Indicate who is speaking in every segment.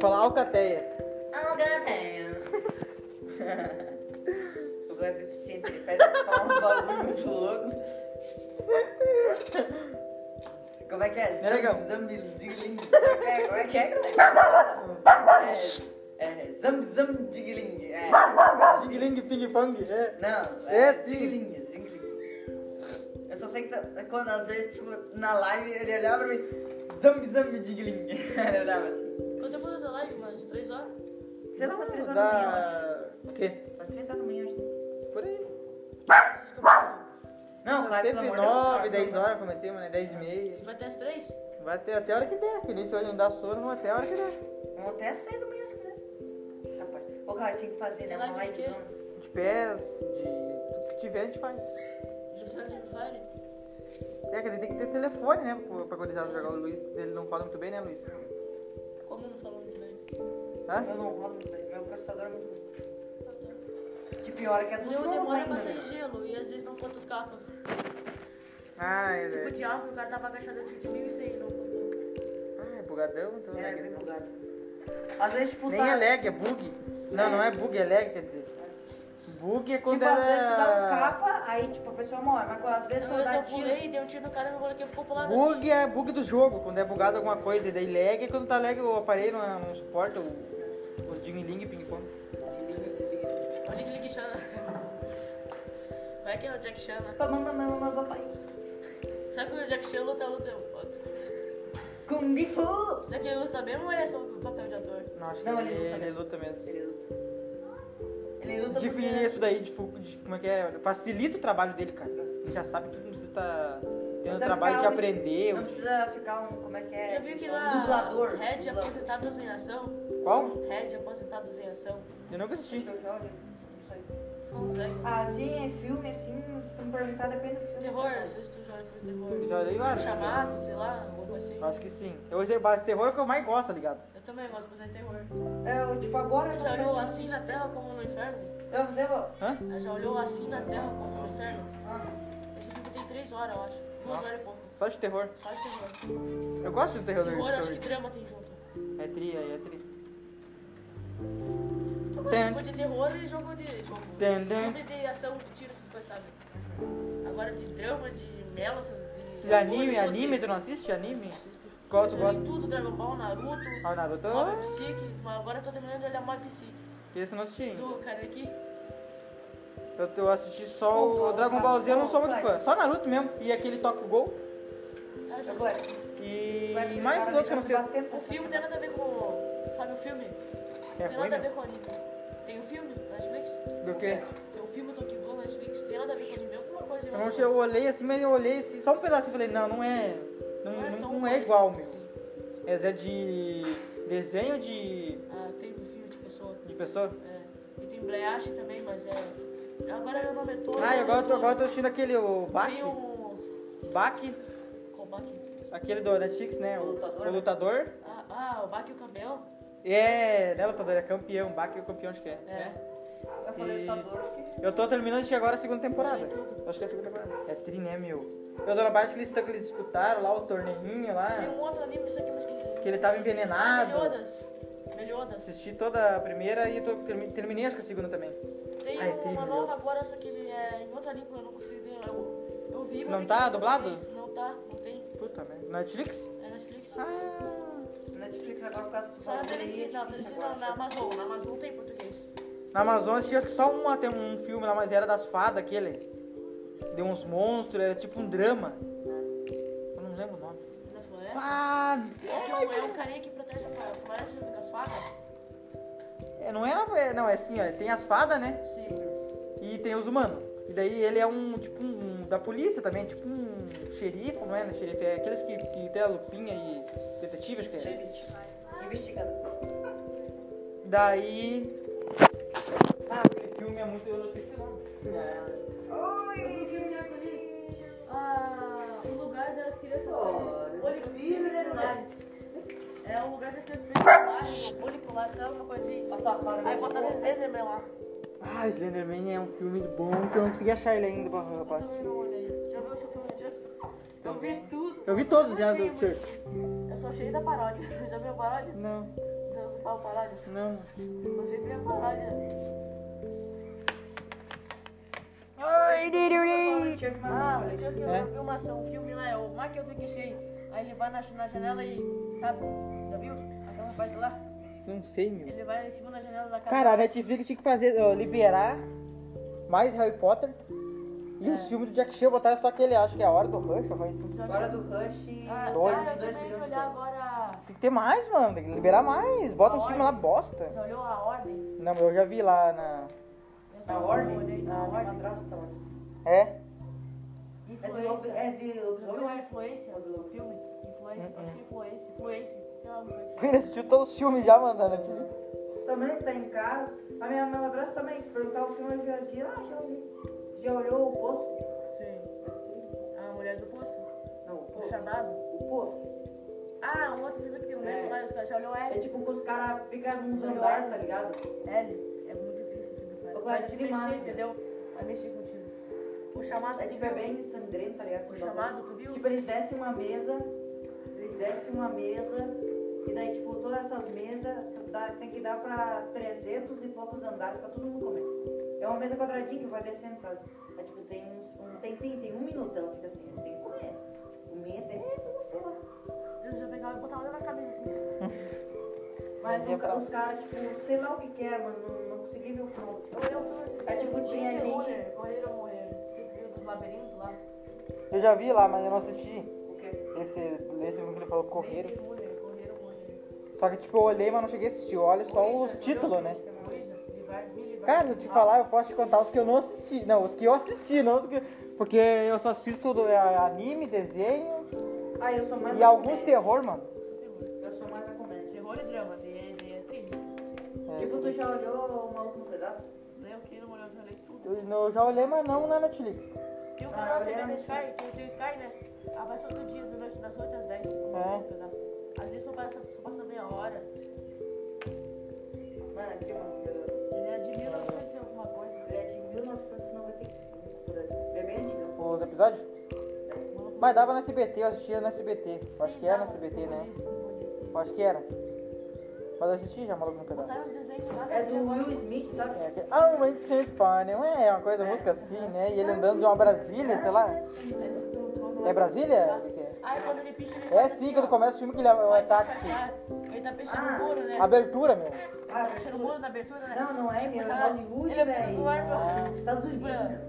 Speaker 1: Falar alcateia.
Speaker 2: Alcateia. o Gleb deficiente, ele pede pra falar um bagulho muito louco. Como é que é?
Speaker 1: Né, Negão?
Speaker 2: Zambiligling. É, como é que é? É, É, zamb, zambiligling. É.
Speaker 1: Zingling, ping pong, é.
Speaker 2: Não,
Speaker 1: É, sim.
Speaker 2: zingling, zingling. Eu só sei que tá- quando às vezes, tipo, na live ele olhava pra mim, zambi, zambi, digling. Ele olhava assim.
Speaker 3: Quanto tempo da live? Umas 3 horas?
Speaker 2: Sei lá, umas três horas da manhã, eu acho.
Speaker 1: Da... O quê?
Speaker 2: Umas três horas da manhã, eu acho.
Speaker 1: Por aí. Tá
Speaker 2: Não, claro, pelo
Speaker 1: Sempre
Speaker 2: amor de
Speaker 1: 9,
Speaker 2: Deus, claro,
Speaker 1: 10
Speaker 2: pelo amor
Speaker 1: horas comecei, mano, é 10 e meia.
Speaker 3: Vai até as 3?
Speaker 1: Vai até, até a hora que der, que nem se eu não dá sono, vamos até a hora que der.
Speaker 2: de Deus. Vamos até sair do manhã se quiser. Rapaz, ô cara, tinha que fazer, né?
Speaker 3: Ela
Speaker 2: Uma
Speaker 3: quer o quê?
Speaker 2: livezona.
Speaker 1: De pés, de tudo que tiver a gente faz.
Speaker 3: Já fizeram de aniversário?
Speaker 1: É, quer dizer, tem que ter telefone, né, pro- pra gurizada jogar. O Luiz, ele não fala muito bem, né, Luiz?
Speaker 3: Como não falamos de live?
Speaker 1: Hã?
Speaker 2: Eu não rodo, meu processador é muito ruim.
Speaker 3: Ah, tá.
Speaker 2: De pior é que é
Speaker 3: O
Speaker 2: do
Speaker 3: meu
Speaker 2: jogo
Speaker 3: demora
Speaker 2: ainda,
Speaker 3: pra sair
Speaker 2: né?
Speaker 3: gelo e às vezes não conta os capas.
Speaker 1: Ah, é.
Speaker 3: Tipo
Speaker 1: é.
Speaker 3: de álcool, o cara tava agachado, eu tinha de 1.100 não contou.
Speaker 1: Ah, é bugadão, então
Speaker 2: É,
Speaker 1: né,
Speaker 2: é
Speaker 1: quer
Speaker 2: bem
Speaker 1: dizer.
Speaker 2: bugado. Às vezes, tipo,
Speaker 1: Nem
Speaker 2: tá-
Speaker 1: é lag, é bug. Não, não é bug, é lag, quer dizer. Bug é
Speaker 2: Tipo,
Speaker 1: quando
Speaker 2: às vezes tu dá um
Speaker 1: ela.
Speaker 2: capa, aí, tipo, a pessoa morre. Mas às vezes
Speaker 3: Então,
Speaker 2: quando dá
Speaker 3: eu
Speaker 2: tiro...
Speaker 3: pulei, dei um tiro no cara e meu bolequinho ficou pulado assim.
Speaker 1: Bug é bug do jogo, quando é bugado alguma coisa. E daí lag é quando tá lag o aparelho não, não suporta o, o ding-ling ping-pong.
Speaker 3: O Lick Lick Shana. Vai que é o Jack Shana.
Speaker 2: Papai.
Speaker 3: Sabe que o Jack Chan luta a luta. Sabe
Speaker 2: Kung Fu!
Speaker 3: que ele luta mesmo ou ele é só um papel de ator?
Speaker 1: Não, acho
Speaker 2: Não,
Speaker 1: que ele, ele
Speaker 2: ele luta mesmo.
Speaker 1: luta mesmo.
Speaker 2: Ele luta. Ele luta
Speaker 1: Definir isso daí, de, fu- de- como é que é? Facilita o trabalho dele, cara. Ele já sabe tudo, não precisa estar tendo
Speaker 2: precisa
Speaker 1: trabalho de
Speaker 2: ficar- um
Speaker 1: aprender.
Speaker 2: Não precisa ficar um, como é que é?
Speaker 3: Já viu que
Speaker 2: um
Speaker 3: lá.
Speaker 2: Dublador.
Speaker 3: Red
Speaker 2: dublador.
Speaker 3: aposentados em ação.
Speaker 1: Qual?
Speaker 3: Red aposentados em ação.
Speaker 1: Eu nunca
Speaker 2: Acho que
Speaker 1: assisti.
Speaker 2: eu já olhei, não sei.
Speaker 3: São os velhos.
Speaker 2: Ah, sim, é filme, assim, se tu me perguntar, depende do filme. É,
Speaker 3: Terror, assim. não sei se tu já olha
Speaker 1: Eu
Speaker 3: filme
Speaker 1: Já
Speaker 3: terror.
Speaker 1: olhei vários.
Speaker 3: Chamado, sei lá, alguma coisa assim.
Speaker 1: Acho que sim. Hoje é base terror é o que eu mais gosto, tá ligado?
Speaker 3: Eu também gosto de fazer terror.
Speaker 2: É, eu, tipo, agora...
Speaker 3: Ela Já olhou assim na terra como no inferno?
Speaker 2: Eu vou fazer, vou...
Speaker 1: Hã?
Speaker 3: Ela Já olhou assim na terra como no inferno?
Speaker 2: Ah,
Speaker 3: Esse filme tem 3 horas, eu acho. 2 horas e pouco.
Speaker 1: Só de terror.
Speaker 3: Só de terror.
Speaker 1: Eu gosto de terror.
Speaker 3: Terror, acho que
Speaker 1: terror.
Speaker 3: drama tem junto.
Speaker 1: É tri, aí é tri.
Speaker 3: Eu
Speaker 1: Tem.
Speaker 3: gosto de jogo de terror e jogo de. Jogo.
Speaker 1: Tem, tem.
Speaker 3: Filme de ação, de tiro, essas coisas, sabe? Agora de drama, de melo, essas- de.
Speaker 1: E anime,
Speaker 3: amor, de
Speaker 1: anime, tu
Speaker 3: poder.
Speaker 1: não assiste anime? Qual tu
Speaker 3: Já li
Speaker 1: gosta?
Speaker 3: tudo, Dragon Ball, Naruto,
Speaker 1: Ah, o Naruto?
Speaker 3: Mob Psyche, mas agora eu tô terminando de olhar Mob Psyche.
Speaker 1: Esse eu não assisti ainda.
Speaker 3: Do cara aqui,
Speaker 1: Eu, eu assisti só o Dragon Ball Z, eu não sou muito fã. Só Naruto mesmo. E aquele Tokyo Gol.
Speaker 3: ah, já-
Speaker 2: agora...
Speaker 1: E mais dois que eu não sei.
Speaker 2: é.
Speaker 3: O filme tem nada a ver com. Sabe o filme? Não
Speaker 1: É
Speaker 3: tem
Speaker 1: ruim,
Speaker 3: nada a
Speaker 1: meu?
Speaker 3: ver com anime. Tem um filme na Netflix?
Speaker 1: Do quê?
Speaker 3: Tem um filme do Tokyo Ghoul na Netflix, não tem nada a ver com anime, alguma coisa.
Speaker 1: Eu, não sei, eu olhei assim, mas eu olhei assim, só um pedacinho e falei, não, não é. Não, não,
Speaker 3: tão
Speaker 1: não é
Speaker 3: parecido
Speaker 1: igual, meu.
Speaker 3: assim.
Speaker 1: Esse é de desenho de.
Speaker 3: Ah, tem um filme de pessoa.
Speaker 1: de pessoa?
Speaker 3: É. E tem Bleach também, mas é. Agora meu nome é todo.
Speaker 1: Ah, e agora eu tô, agora eu tô assistindo aquele o Bach.
Speaker 3: Tem o.
Speaker 1: Bach,
Speaker 3: Qual Baki?
Speaker 1: aquele do Netflix, né?
Speaker 2: O lutador,
Speaker 1: O
Speaker 2: né?
Speaker 1: lutador.
Speaker 3: Ah, ah, o Baki e o Cabel?
Speaker 1: É, né, lutador? É campeão. Bach é o campeão, acho que é.
Speaker 3: É.
Speaker 1: é.
Speaker 2: Eu falei tá
Speaker 1: E-
Speaker 2: lutador, porque...
Speaker 1: Eu tô terminando de chegar agora a segunda temporada.
Speaker 3: É tudo.
Speaker 1: Acho que é a segunda temporada. É tri, né, meu? Eu tô na parte que eles, tá, que eles disputaram lá, o torneinho
Speaker 3: Tem
Speaker 1: lá.
Speaker 3: um outro anime, isso aqui, mas que.
Speaker 1: Ah. Que ele tava envenenado.
Speaker 3: Meliodas. Meliodas.
Speaker 1: Assisti toda a primeira e tô, termi- terminei acho que a segunda também.
Speaker 3: Tem
Speaker 1: Ai, tem,
Speaker 3: uma
Speaker 1: meu
Speaker 3: nova
Speaker 1: Deus.
Speaker 3: agora, só que ele é em outra língua, eu não consigo. Eu, eu vi, mas.
Speaker 1: Não
Speaker 3: tem
Speaker 1: tá
Speaker 3: que ver
Speaker 1: dublado?
Speaker 3: português. Não tá, não tem.
Speaker 1: Puta merda. Netflix?
Speaker 3: É Netflix.
Speaker 1: Ah.
Speaker 2: Netflix agora por causa do
Speaker 3: Só na
Speaker 2: bagulho aí,
Speaker 3: DLC, não,
Speaker 2: difícil
Speaker 3: DLC
Speaker 2: agora. tá
Speaker 3: não, na Amazon. Na Amazon tem português.
Speaker 1: Na Amazônia assisti acho que só uma, tem um filme lá, mas era das fadas aquele. Deu uns monstros, era tipo um drama. Eu não lembro o nome.
Speaker 3: Na floresta.
Speaker 1: Ah,
Speaker 3: É, que um- é um carinha que protege a floresta junto com as fadas?
Speaker 1: é, não era. é- Não, é assim, ó. Tem as fadas, né?
Speaker 3: Sim.
Speaker 1: E tem os humanos. E daí ele é um, tipo, um da polícia também, tipo um xerife, não é? né, Xerife, é aqueles que, que tem a lupinha e detetive, acho que é.
Speaker 2: Gente, Investigando.
Speaker 1: Daí. Ah, aquele filme é muito. Eu não sei se nome.
Speaker 3: Ah, o lugar das crianças
Speaker 2: Olha,
Speaker 1: né?
Speaker 3: policulares. né, É o lugar das crianças policulares, um policulares, sabe uma coisa assim.
Speaker 2: Passou a fala.
Speaker 3: Aí botaram o Slenderman lá.
Speaker 1: Ah, Slenderman é um filme bom que eu não consegui achar ele ainda pra, pra
Speaker 3: Então, Eu também
Speaker 1: assistir.
Speaker 3: não olhei. Já viu o seu filme de Chuck? Eu vi vi tudo.
Speaker 1: Eu vi todos já do
Speaker 3: Tadinho,
Speaker 1: Church.
Speaker 3: Eu sou cheio da paródia. Já viu a paródia?
Speaker 1: Não,
Speaker 3: Do Gustavo Paródia?
Speaker 1: não.
Speaker 3: Eu sou cheio da paródia. Ah, eu tinha que
Speaker 1: É?
Speaker 3: eu vi uma, um filme lá, é o Michael do Kichei. Aí ele vai na, na janela e. Sabe? Já viu? Aquela parte lá?
Speaker 1: Não sei, meu.
Speaker 3: Ele vai em cima da janela da casa.
Speaker 1: Cara, a Netflix tinha que fazer, ó, liberar mais Harry Potter e os filmes do Jack Chan botaram só aquele, acho que é a hora do Rush, ou coisa assim.
Speaker 3: Só que-
Speaker 2: Fora do Rush.
Speaker 3: Ah,
Speaker 1: dois.
Speaker 3: cara, eu
Speaker 2: dois
Speaker 3: também de
Speaker 2: milhões de
Speaker 3: olhar agora.
Speaker 1: Tem que ter mais, mano. Tem que liberar mais. Bota um
Speaker 3: A
Speaker 1: filme
Speaker 3: Ordem.
Speaker 1: lá bosta.
Speaker 3: Já olhou a ordem?
Speaker 1: Não, eu já vi lá na.
Speaker 2: Na ordem?
Speaker 3: Olhei
Speaker 2: Na
Speaker 3: A
Speaker 2: ordem.
Speaker 3: ordem.
Speaker 2: Atrás, tá ótimo.
Speaker 1: É?
Speaker 2: É de ob-
Speaker 3: Influência.
Speaker 2: É de
Speaker 3: Já viu a
Speaker 2: lobisomem?
Speaker 3: influência do filme? Influência? Acho que influência. Influência. Sei lá, uma coisa assim.
Speaker 1: Ele assistiu todos os filmes já, mano, da Netflix.
Speaker 2: Também tá em casa. A minha madrasta também. Se perguntar o filme, eu já diz, ah, já olhei. Já olhou o poço?
Speaker 3: Sim. A mulher do poço.
Speaker 2: Não, o
Speaker 3: O
Speaker 2: poço.
Speaker 3: chamado.
Speaker 2: O poço.
Speaker 3: Ah, um outro filme que tem um
Speaker 2: É.
Speaker 3: negro lá, os caras já olhou
Speaker 2: É
Speaker 3: L.
Speaker 2: tipo que os caras ficam nos andar, tá ligado?
Speaker 3: L. É muito difícil de falar.
Speaker 2: Eu
Speaker 3: Vai
Speaker 2: gosto
Speaker 3: te
Speaker 2: de
Speaker 3: mexer,
Speaker 2: massa.
Speaker 3: entendeu? Vai mexer contigo. O chamado
Speaker 2: É tipo, é bem sangrento, tá ligado?
Speaker 3: O
Speaker 2: Esse
Speaker 3: chamado, tu
Speaker 2: bagulho.
Speaker 3: viu?
Speaker 2: Tipo, eles descem uma mesa, eles descem uma mesa, e daí, tipo, todas essas mesas dá- tem que dar pra 300 e poucos andares pra todo mundo comer. É uma mesa quadradinha que vai descendo, sabe? Aí, tipo, tem uns- um tempinho, tem um minuto, ela fica assim, a gente tem que comer. Comer até, não sei lá.
Speaker 3: Eu já pegava e botava na cabeça assim.
Speaker 2: Mas
Speaker 1: é
Speaker 2: o ca- os caras, tipo, sei lá o que que era, mano, não, não consegui ver o final.
Speaker 3: Eu olhei o filme assim.
Speaker 2: É tipo, tinha
Speaker 3: Esse
Speaker 2: gente-
Speaker 3: Roller, Correr ou Morrer. Você viu do labirinto lá?
Speaker 1: Eu já vi lá, mas eu não assisti.
Speaker 2: O quê?
Speaker 1: Esse, esse filme que ele falou, Correram.
Speaker 3: Esse Roller, Correr ou Morrer.
Speaker 1: Só que, tipo, eu olhei, mas não cheguei a assistir. Eu olho É só os títulos, né?
Speaker 3: Coisa, livrar, me livrar.
Speaker 1: Cara, se eu te falar, eu posso te contar os que eu não assisti. Não, os que eu assisti, não os que... Porque eu só assisto do- é, anime, desenho
Speaker 2: Ah, eu sou mais
Speaker 1: e
Speaker 2: da
Speaker 1: alguns
Speaker 2: comédia.
Speaker 1: terror, mano.
Speaker 2: Eu sou mais da comédia.
Speaker 3: Terror e drama, tem tem- é triste.
Speaker 2: Tipo,
Speaker 1: É.
Speaker 2: tu já olhou o maluco no pedaço?
Speaker 3: Leu o que não olhou, já leio tudo.
Speaker 1: Eu, não- eu já olhei, mas não na Netflix.
Speaker 3: Tem um
Speaker 2: Ah,
Speaker 3: canal
Speaker 2: eu
Speaker 3: da TV
Speaker 2: lembro.
Speaker 3: Sky, tem, tem o Sky, né? Ah, vai todo dia, da noite das 8 às 10.
Speaker 1: É.
Speaker 3: Às vezes só passa, só passa meia hora.
Speaker 2: Mano, tipo, aqui, mano, meu Deus.
Speaker 3: Ele é de 1900 e alguma coisa.
Speaker 2: É de 1995, por aí. É bem antiga.
Speaker 1: Os episódios?
Speaker 3: Maluco.
Speaker 1: Mas dava no SBT, eu assistia no SBT. Eu acho
Speaker 3: Sim, tá
Speaker 1: que era no
Speaker 3: dá,
Speaker 1: SBT,
Speaker 3: como
Speaker 1: né?
Speaker 3: disse, como disse.
Speaker 1: Eu acho que era. Mas eu assisti já, maluco no pedaço.
Speaker 3: Botaram os tá desenhos lá,
Speaker 2: É
Speaker 3: né?
Speaker 2: do Will Smith, sabe?
Speaker 1: É, que- Ah, um Ain't Saint Fine, é uma coisa, música assim, né? E ele andando de uma Brasília, sei lá. É Brasília? O que que é?
Speaker 3: Aí quando ele picha, ele
Speaker 1: É
Speaker 3: faz
Speaker 1: sim,
Speaker 3: assim,
Speaker 1: quando
Speaker 3: ó.
Speaker 1: começa o filme que ele é um
Speaker 3: Vai
Speaker 1: táxi.
Speaker 3: disfarçar. Ele tá pichando
Speaker 2: Ah.
Speaker 3: o muro, né?
Speaker 1: Abertura, meu.
Speaker 3: Ele
Speaker 2: Ah,
Speaker 3: tá pichando o muro na abertura, né?
Speaker 2: Não, não é, meu. É
Speaker 3: Ah,
Speaker 2: Hollywood,
Speaker 3: Ele é muito
Speaker 2: velho.
Speaker 3: popular,
Speaker 1: Ah.
Speaker 3: meu.
Speaker 2: Estados Unidos.
Speaker 3: Tipo,
Speaker 2: né?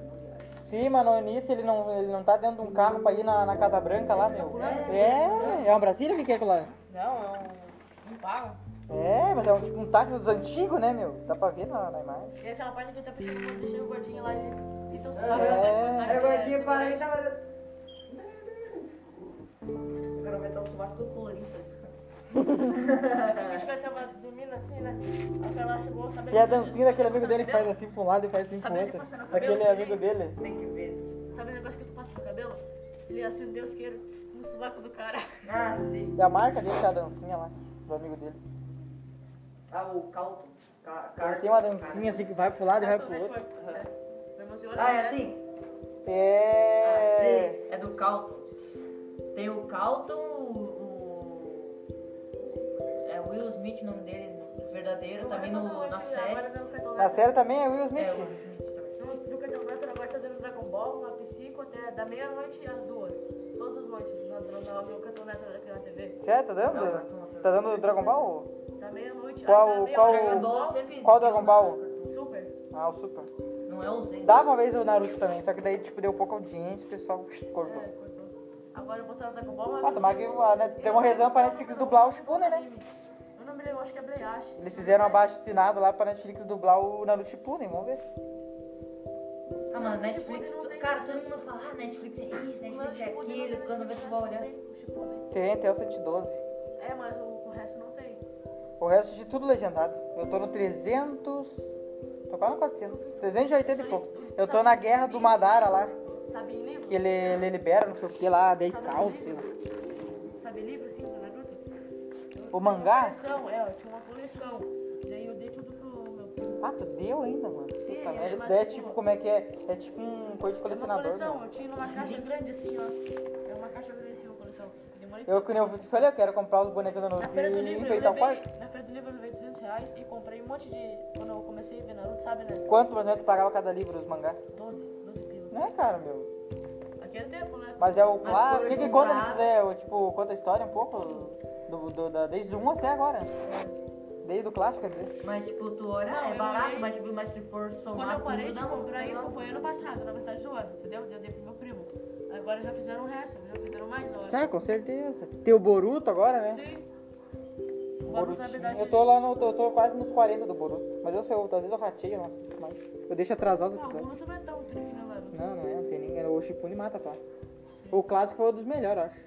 Speaker 1: Sim, mas no início ele não, ele não tá dentro de um carro pra ir na, na Casa Branca lá, meu. É, é uma Brasília? O que que é aquilo lá?
Speaker 3: Não, é um... Um pau.
Speaker 1: É, mas é um, tipo um táxi dos antigos, né, meu? Dá pra ver na, na imagem.
Speaker 3: E aquela parte que ele tá pichando o muro, deixando o gordinho lá, ele... Então, se né?
Speaker 2: É. Aí o
Speaker 3: é,
Speaker 2: gordinho para
Speaker 3: tá
Speaker 2: aí e tava... Eu quero ver tão suave todo colorido.
Speaker 3: Acho que ela tava dormindo assim, né? Aí ela chegou, sabe?
Speaker 1: E a dancinha daquele amigo dele que faz assim pra um lado e faz assim pro outro. Aquele amigo dele.
Speaker 2: Tem que ver.
Speaker 3: Sabe o negócio que tu passa no cabelo? Ele é assim, um acendeu os queiros no sovaco do cara.
Speaker 2: Ah, sim.
Speaker 1: E a marca dele tem a dancinha lá, do amigo dele.
Speaker 2: Ah, o Calton. Ca-
Speaker 1: Ele
Speaker 2: Carlton,
Speaker 1: tem uma dancinha assim que vai pro lado e vai
Speaker 2: Ah,
Speaker 1: pro
Speaker 3: Aí,
Speaker 1: outro.
Speaker 3: quando a gente foi- é. Emocionante,
Speaker 2: cara. Ah, é
Speaker 3: né?
Speaker 2: assim? Ah,
Speaker 1: É.
Speaker 2: sim. É do Calton. Tem o Calton, o... o- É Will Smith o nome dele, verdadeiro, também no, na série.
Speaker 3: Agora no cartão
Speaker 1: Na
Speaker 3: gato-
Speaker 1: série também é Will
Speaker 2: É,
Speaker 1: Smith.
Speaker 2: o Will Smith também.
Speaker 3: No, no cartão gato, agora tá dando Dragon Ball, uma psico até da meia-noite às duas. Todas as noites, na, na, na, no cartão neto aqui na TV.
Speaker 1: Certo, tá dando?
Speaker 2: Não, mas não, não.
Speaker 1: Tá dando Dragon Ball?
Speaker 3: Da meia-noite
Speaker 1: Qual-
Speaker 3: ah, da meia-noite
Speaker 1: qual-
Speaker 3: ao
Speaker 2: Dragon Ball
Speaker 3: Ball,
Speaker 2: sempre
Speaker 1: qual
Speaker 2: deu
Speaker 1: Dragon
Speaker 2: na-
Speaker 1: Ball?
Speaker 3: Super.
Speaker 1: Ah, o Super.
Speaker 2: Não é o Z.
Speaker 1: Dava uma vez o Naruto também, só que daí tipo deu pouca audiência e o pessoal cortou.
Speaker 3: É, cortou. Agora botaram Dragon Ball, mas...
Speaker 1: Ah, tomara que a Net- tem uma razão pra Netflix dublar o Shippuden, né?
Speaker 3: Eu não me lembro, acho que é Bleiash.
Speaker 1: Eles fizeram abaixo assinado lá pra Netflix dublar o Naruto Shippuden, vamos ver.
Speaker 2: Ah, mano, Netflix.
Speaker 3: Tipo, não tem
Speaker 2: Cara, todo
Speaker 3: Netflix.
Speaker 2: mundo fala, ah, Netflix é isso,
Speaker 3: O
Speaker 2: Netflix é
Speaker 3: Shippuden não
Speaker 2: aquilo.
Speaker 3: tem
Speaker 2: Quando vê, tu vai olhar.
Speaker 3: O Shippuden.
Speaker 1: Tem até o 112.
Speaker 3: É, mas o, o resto não tem.
Speaker 1: O resto de tudo legendado. Eu tô no 300. Tô quase no 400. 380 e pouco. Eu tô na guerra do Madara lá.
Speaker 3: Sabe em livro?
Speaker 1: Que ele, ele libera não sei o que lá, 10
Speaker 3: Sabe
Speaker 1: caos,
Speaker 3: em
Speaker 1: sei lá.
Speaker 3: livro? Sabe em livro, sim, do Naruto?
Speaker 1: O mangá?
Speaker 3: Tinha uma coleção, é, eu tinha uma coleção. Daí eu dei tudo pro meu primo.
Speaker 1: Ah, tu deu ainda, mano.
Speaker 3: Sim,
Speaker 1: Puta merda.
Speaker 3: mas
Speaker 1: Isso daí é
Speaker 3: tipo-
Speaker 1: tipo, como é que é? É tipo um coisa de
Speaker 3: É uma
Speaker 1: colecionador. né?
Speaker 3: coleção,
Speaker 1: mano.
Speaker 3: eu tinha numa caixa grande assim, ó. É uma caixa grande reais.
Speaker 1: Eu, que nem eu te falei, eu quero comprar os bonequinhos do
Speaker 3: Na
Speaker 1: Naruto
Speaker 3: feira do
Speaker 1: e
Speaker 3: livro, eu
Speaker 1: enfeitar o parque.
Speaker 3: levei, na feira do livro eu levei 200 reais e comprei um monte de. Quando eu comecei a ver Naruto, sabe, né?
Speaker 1: Quanto mais ou menos tu pagava cada livro dos mangá?
Speaker 3: 12, 12 pila.
Speaker 1: Não é caro, meu.
Speaker 3: Aquele tempo, né?
Speaker 1: Mas é o...
Speaker 4: Mas
Speaker 1: ah,
Speaker 4: foram
Speaker 1: o que que conta
Speaker 4: comprados.
Speaker 1: disso, né? O, tipo, conta a história um pouco do, do- da, desde o 1 até agora. né?
Speaker 3: É.
Speaker 1: Desde o clássico, quer dizer.
Speaker 2: Mas, tipo, tu olha,
Speaker 3: Não,
Speaker 2: é
Speaker 3: eu
Speaker 2: barato,
Speaker 3: olhei-
Speaker 2: mas, tipo, mas se for
Speaker 3: Quando
Speaker 2: somar
Speaker 3: eu parei
Speaker 2: tudo,
Speaker 3: de
Speaker 2: dá um
Speaker 3: comprar
Speaker 2: sei lá.
Speaker 3: isso foi ano passado, na metade do ano, entendeu? Eu dei pro meu primo. Agora já fizeram o resto, já fizeram mais horas.
Speaker 1: Sério, com certeza. Tem o Boruto agora, né?
Speaker 3: Sim.
Speaker 1: O
Speaker 3: Uma
Speaker 1: Borutinho.
Speaker 3: probabilidade-
Speaker 1: Eu tô lá no. Eu tô quase nos 40 do Boruto. Mas eu sei, eu- às vezes eu rateio, nossa, mas. Eu deixo atrasar os
Speaker 3: Ah, o
Speaker 1: episódios.
Speaker 3: Boruto não é tão trick, né, Naruto?
Speaker 1: Não, não é, não tem ninguém. O Shippuden mata, pá. O clássico foi um dos melhores, eu acho.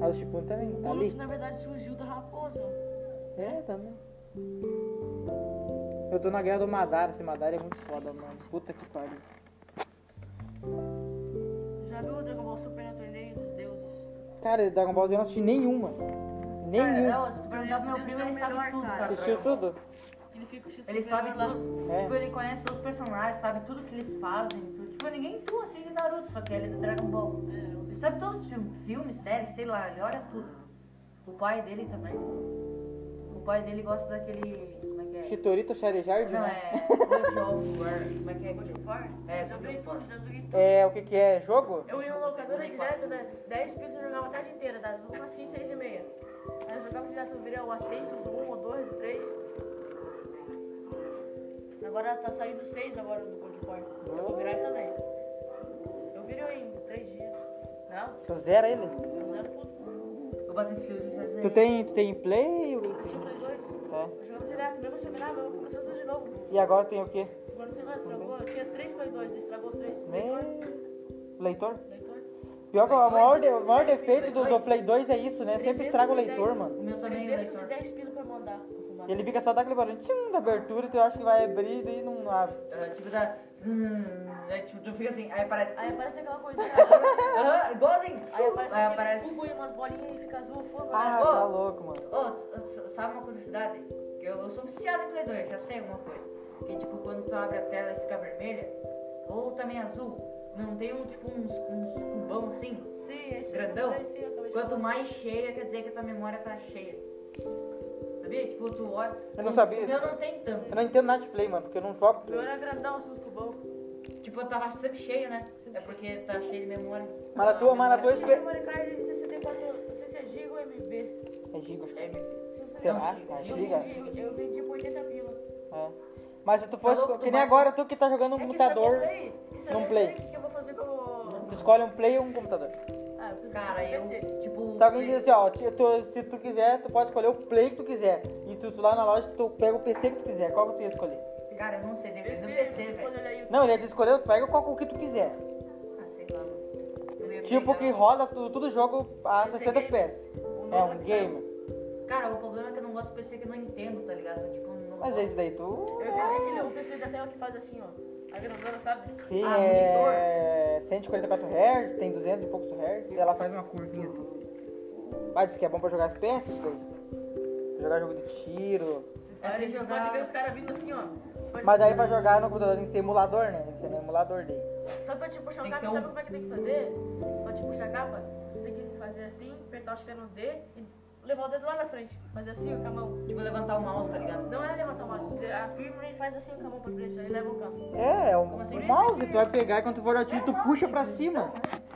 Speaker 1: Mas o Shippuden também
Speaker 3: O
Speaker 1: tá
Speaker 3: Boruto,
Speaker 1: ali.
Speaker 3: na verdade, surgiu da raposa.
Speaker 1: É, também. Eu tô na guerra do Madara, esse Madara é muito foda, mano. Puta que pariu.
Speaker 3: Já viu o Dragon Ball Super na torneio dos deuses?
Speaker 1: Cara, Dragon Ball Z eu não assisti nenhuma.
Speaker 2: Cara, é
Speaker 1: Nenhuma.
Speaker 2: não, se tu perguntar pro meu primo,
Speaker 3: é
Speaker 2: ele sabe tudo, cara.
Speaker 1: Assistiu tudo?
Speaker 3: Significa o X
Speaker 2: Ele sabe
Speaker 3: lá.
Speaker 2: tudo.
Speaker 1: É.
Speaker 2: Tipo, ele conhece todos os personagens, sabe tudo que eles fazem. tudo. Tipo, ninguém tu assim de Naruto, só que ele é do Dragon Ball.
Speaker 3: É,
Speaker 2: Ele sabe todos os filmes, filmes, séries, sei lá, ele olha tudo. O pai dele também. O pai dele gosta daquele. Como é que é?
Speaker 1: Chitorito Charizard,
Speaker 2: Não,
Speaker 1: né?
Speaker 2: é. Gojo, como é que é?
Speaker 3: o
Speaker 2: Gojo.
Speaker 3: Chupar?
Speaker 2: É,
Speaker 3: já joguei tudo, já joguei tudo.
Speaker 1: É, o que que é? Jogo?
Speaker 3: Eu ia na locadora direto das 10 pilas eu jogava a tarde inteira, das 1 às 6, 6 e meia. Aí eu jogava direto, virei o 6, o 1, o 2, o 3. Agora tá saindo 6 agora do Cold War. Eu vou virar também. Eu virei em 3 dias. Não,
Speaker 1: Tu zera ele?
Speaker 3: não era puto.
Speaker 2: O Battlefield já
Speaker 1: Tu tem, tu tem play?
Speaker 3: Eu tinha Play 2.
Speaker 1: É.
Speaker 3: Eu jogava direto, mesmo se eu virava, eu comecei tudo de novo.
Speaker 1: E agora tem o quê?
Speaker 3: Agora não tem mais, estragou. Eu tinha 3 Play 2, estragou os 3. Play 2,
Speaker 1: Nem... Leitor?
Speaker 3: Play 2.
Speaker 1: Pior que o maior, de- o maior defeito do, do Play 2 é isso, né? Sempre estraga o leitor, mano.
Speaker 2: O meu também é leitor.
Speaker 3: 310 pilas pra mandar. pro fumar.
Speaker 1: Ele fica só daquele barulho tchum, da abertura, tu acha que vai abrir e não abre.
Speaker 2: É, tipo, dá. Hum, é, tipo, tu fica assim, aí aparece.
Speaker 3: Aí aparece aquela né? coisinha.
Speaker 2: Aham, igualzinho.
Speaker 3: Aí aparece
Speaker 2: Aí
Speaker 3: aqueles
Speaker 2: é, aparece.
Speaker 3: tubos e umas bolinhas e fica azul, fogo.
Speaker 1: Ah,
Speaker 2: Ô.
Speaker 1: tá louco, mano.
Speaker 2: Ô, s- sabe uma curiosidade? Que Eu, eu sou viciado em Play 2, já sei alguma coisa. Que tipo, quando tu abre a tela e fica vermelha, ou também azul, não tem um tipo uns, uns cubão assim?
Speaker 3: Sim, é isso.
Speaker 2: Grandão?
Speaker 3: Eu falei, sim, eu acabei de
Speaker 2: Quanto
Speaker 3: falar.
Speaker 2: mais cheia, quer dizer que a tua memória tá cheia. Sabia? Tipo, tu olha.
Speaker 1: Eu não sabia
Speaker 2: O meu
Speaker 1: isso.
Speaker 2: não tem tanto.
Speaker 1: Eu não entendo nada de play, mano, porque eu não jogo
Speaker 3: O
Speaker 1: play.
Speaker 3: meu era grandão, assim, os cubão.
Speaker 2: Tipo, eu tava sempre cheia, né? É porque tá cheio de memória.
Speaker 1: Mas na tua, mas na tua
Speaker 3: Eu tinha
Speaker 1: experiência.
Speaker 3: memory card de 64, não sei se é giga ou MB.
Speaker 1: É giga, acho que
Speaker 2: É,
Speaker 1: é.
Speaker 3: Não sei.
Speaker 1: Será? É
Speaker 3: Eu
Speaker 1: giga?
Speaker 3: vendi, eu vendi por 80 pila.
Speaker 1: É. Mas se tu fosse.
Speaker 2: Tá louco,
Speaker 1: que
Speaker 2: tu
Speaker 1: nem
Speaker 2: vai-
Speaker 1: agora tu que tá jogando um
Speaker 3: É que
Speaker 1: computador.
Speaker 3: isso é meu Isso é
Speaker 1: num
Speaker 3: meu
Speaker 1: Play.
Speaker 3: que eu vou fazer com...
Speaker 1: Tu escolhe um play ou um computador.
Speaker 3: Ah, eu preciso
Speaker 2: Cara,
Speaker 3: de
Speaker 2: eu.
Speaker 3: PC.
Speaker 2: Tipo.
Speaker 1: Se alguém diz assim, ó, ti- tu- se tu quiser, tu pode escolher o play que tu quiser. E tu, tu lá na loja, tu pega o PC que tu quiser. Qual que tu ia escolher?
Speaker 2: Cara, eu não sei, depende do
Speaker 3: PC,
Speaker 2: PC,
Speaker 3: quando
Speaker 2: velho.
Speaker 3: olhar YouTube.
Speaker 1: Não, ele ia te escolher, tu pega qual, o que tu quiser.
Speaker 2: Ah, sei lá. Eu ia
Speaker 1: Tipo
Speaker 2: pegar.
Speaker 1: que roda tu- tudo jogo a
Speaker 3: Esse
Speaker 1: 60
Speaker 3: game.
Speaker 1: FPS.
Speaker 3: O
Speaker 1: É
Speaker 3: novo
Speaker 1: um
Speaker 3: que
Speaker 1: game.
Speaker 2: Cara, o problema é que eu não gosto do PC que eu não entendo, tá ligado? Tipo, não
Speaker 1: Mas
Speaker 2: gosto.
Speaker 1: esse daí tu.
Speaker 3: saiu. Eu tenho aquele o PC da tela que faz assim, ó. A grandona, sabe?
Speaker 1: Sim,
Speaker 2: Ah,
Speaker 1: é 144 Hz, tem 200 e poucos Hz, ela faz uma curvinha assim. Mas diz que é bom pra jogar FPS isso daí. Pra Jogar jogo de tiro.
Speaker 2: É pra
Speaker 3: Aí
Speaker 2: jogar-
Speaker 3: Pode ver os caras vindo assim, ó. Pode-
Speaker 1: Mas daí pra jogar no computador tem que ser emulador, né? Tem que ser no emulador daí.
Speaker 3: Só pra te puxar o
Speaker 2: Tem que
Speaker 3: cabo,
Speaker 2: ser um-
Speaker 3: sabe como é que tem que fazer? Pra te puxar a capa, tem que fazer assim, apertar acho que é no D e levar o dedo lá na frente. Fazer assim ó, com a mão.
Speaker 2: Tipo, levantar o mouse, tá ligado?
Speaker 3: Não é levantar o mouse, afirma e faz assim com a mão pra frente, aí leva o cabo.
Speaker 1: É, é um
Speaker 2: Como assim?
Speaker 1: mouse, tu vai pegar e quando tu for dar tiro, tu puxa pra cima.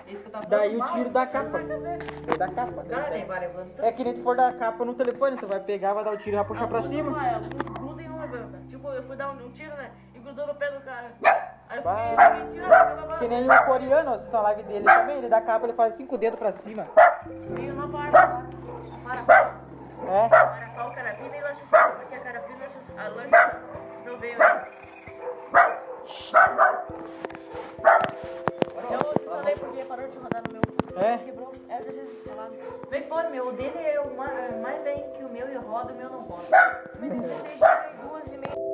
Speaker 2: É isso que eu tava falando.
Speaker 1: Daí o
Speaker 2: mouse.
Speaker 1: tiro da capa.
Speaker 3: Na cabeça.
Speaker 1: Daí da capa.
Speaker 2: Cara, daí vai levantando.
Speaker 1: É que nem tu for dar capa no telefone, tu vai pegar, vai dar o tiro e vai puxar pra
Speaker 3: Alguns não
Speaker 1: cima.
Speaker 3: vai, alguns grudam e não levanta. Tipo, eu fui dar um, um tiro, né? E grudou no pé do cara. Aí eu
Speaker 1: Vai.
Speaker 3: fui fui tirar,
Speaker 1: Que nem o coreano, ó, se tu tá na live dele também, ele dá capa, ele faz cinco dedos pra cima.
Speaker 3: E uma barra. né? Para,
Speaker 1: É.
Speaker 3: para, para, carabina e lancha. Só que a carabina, a lancha não veio ainda. Eu te falei porque parou de rodar no meu.
Speaker 1: É?
Speaker 3: Quebrou. É, deixa eu instalar.
Speaker 2: Vem, pô, meu, o dele é o ma- é mais bem que o meu e roda, o meu não roda.
Speaker 3: Mas tem 16, tem duas e meia.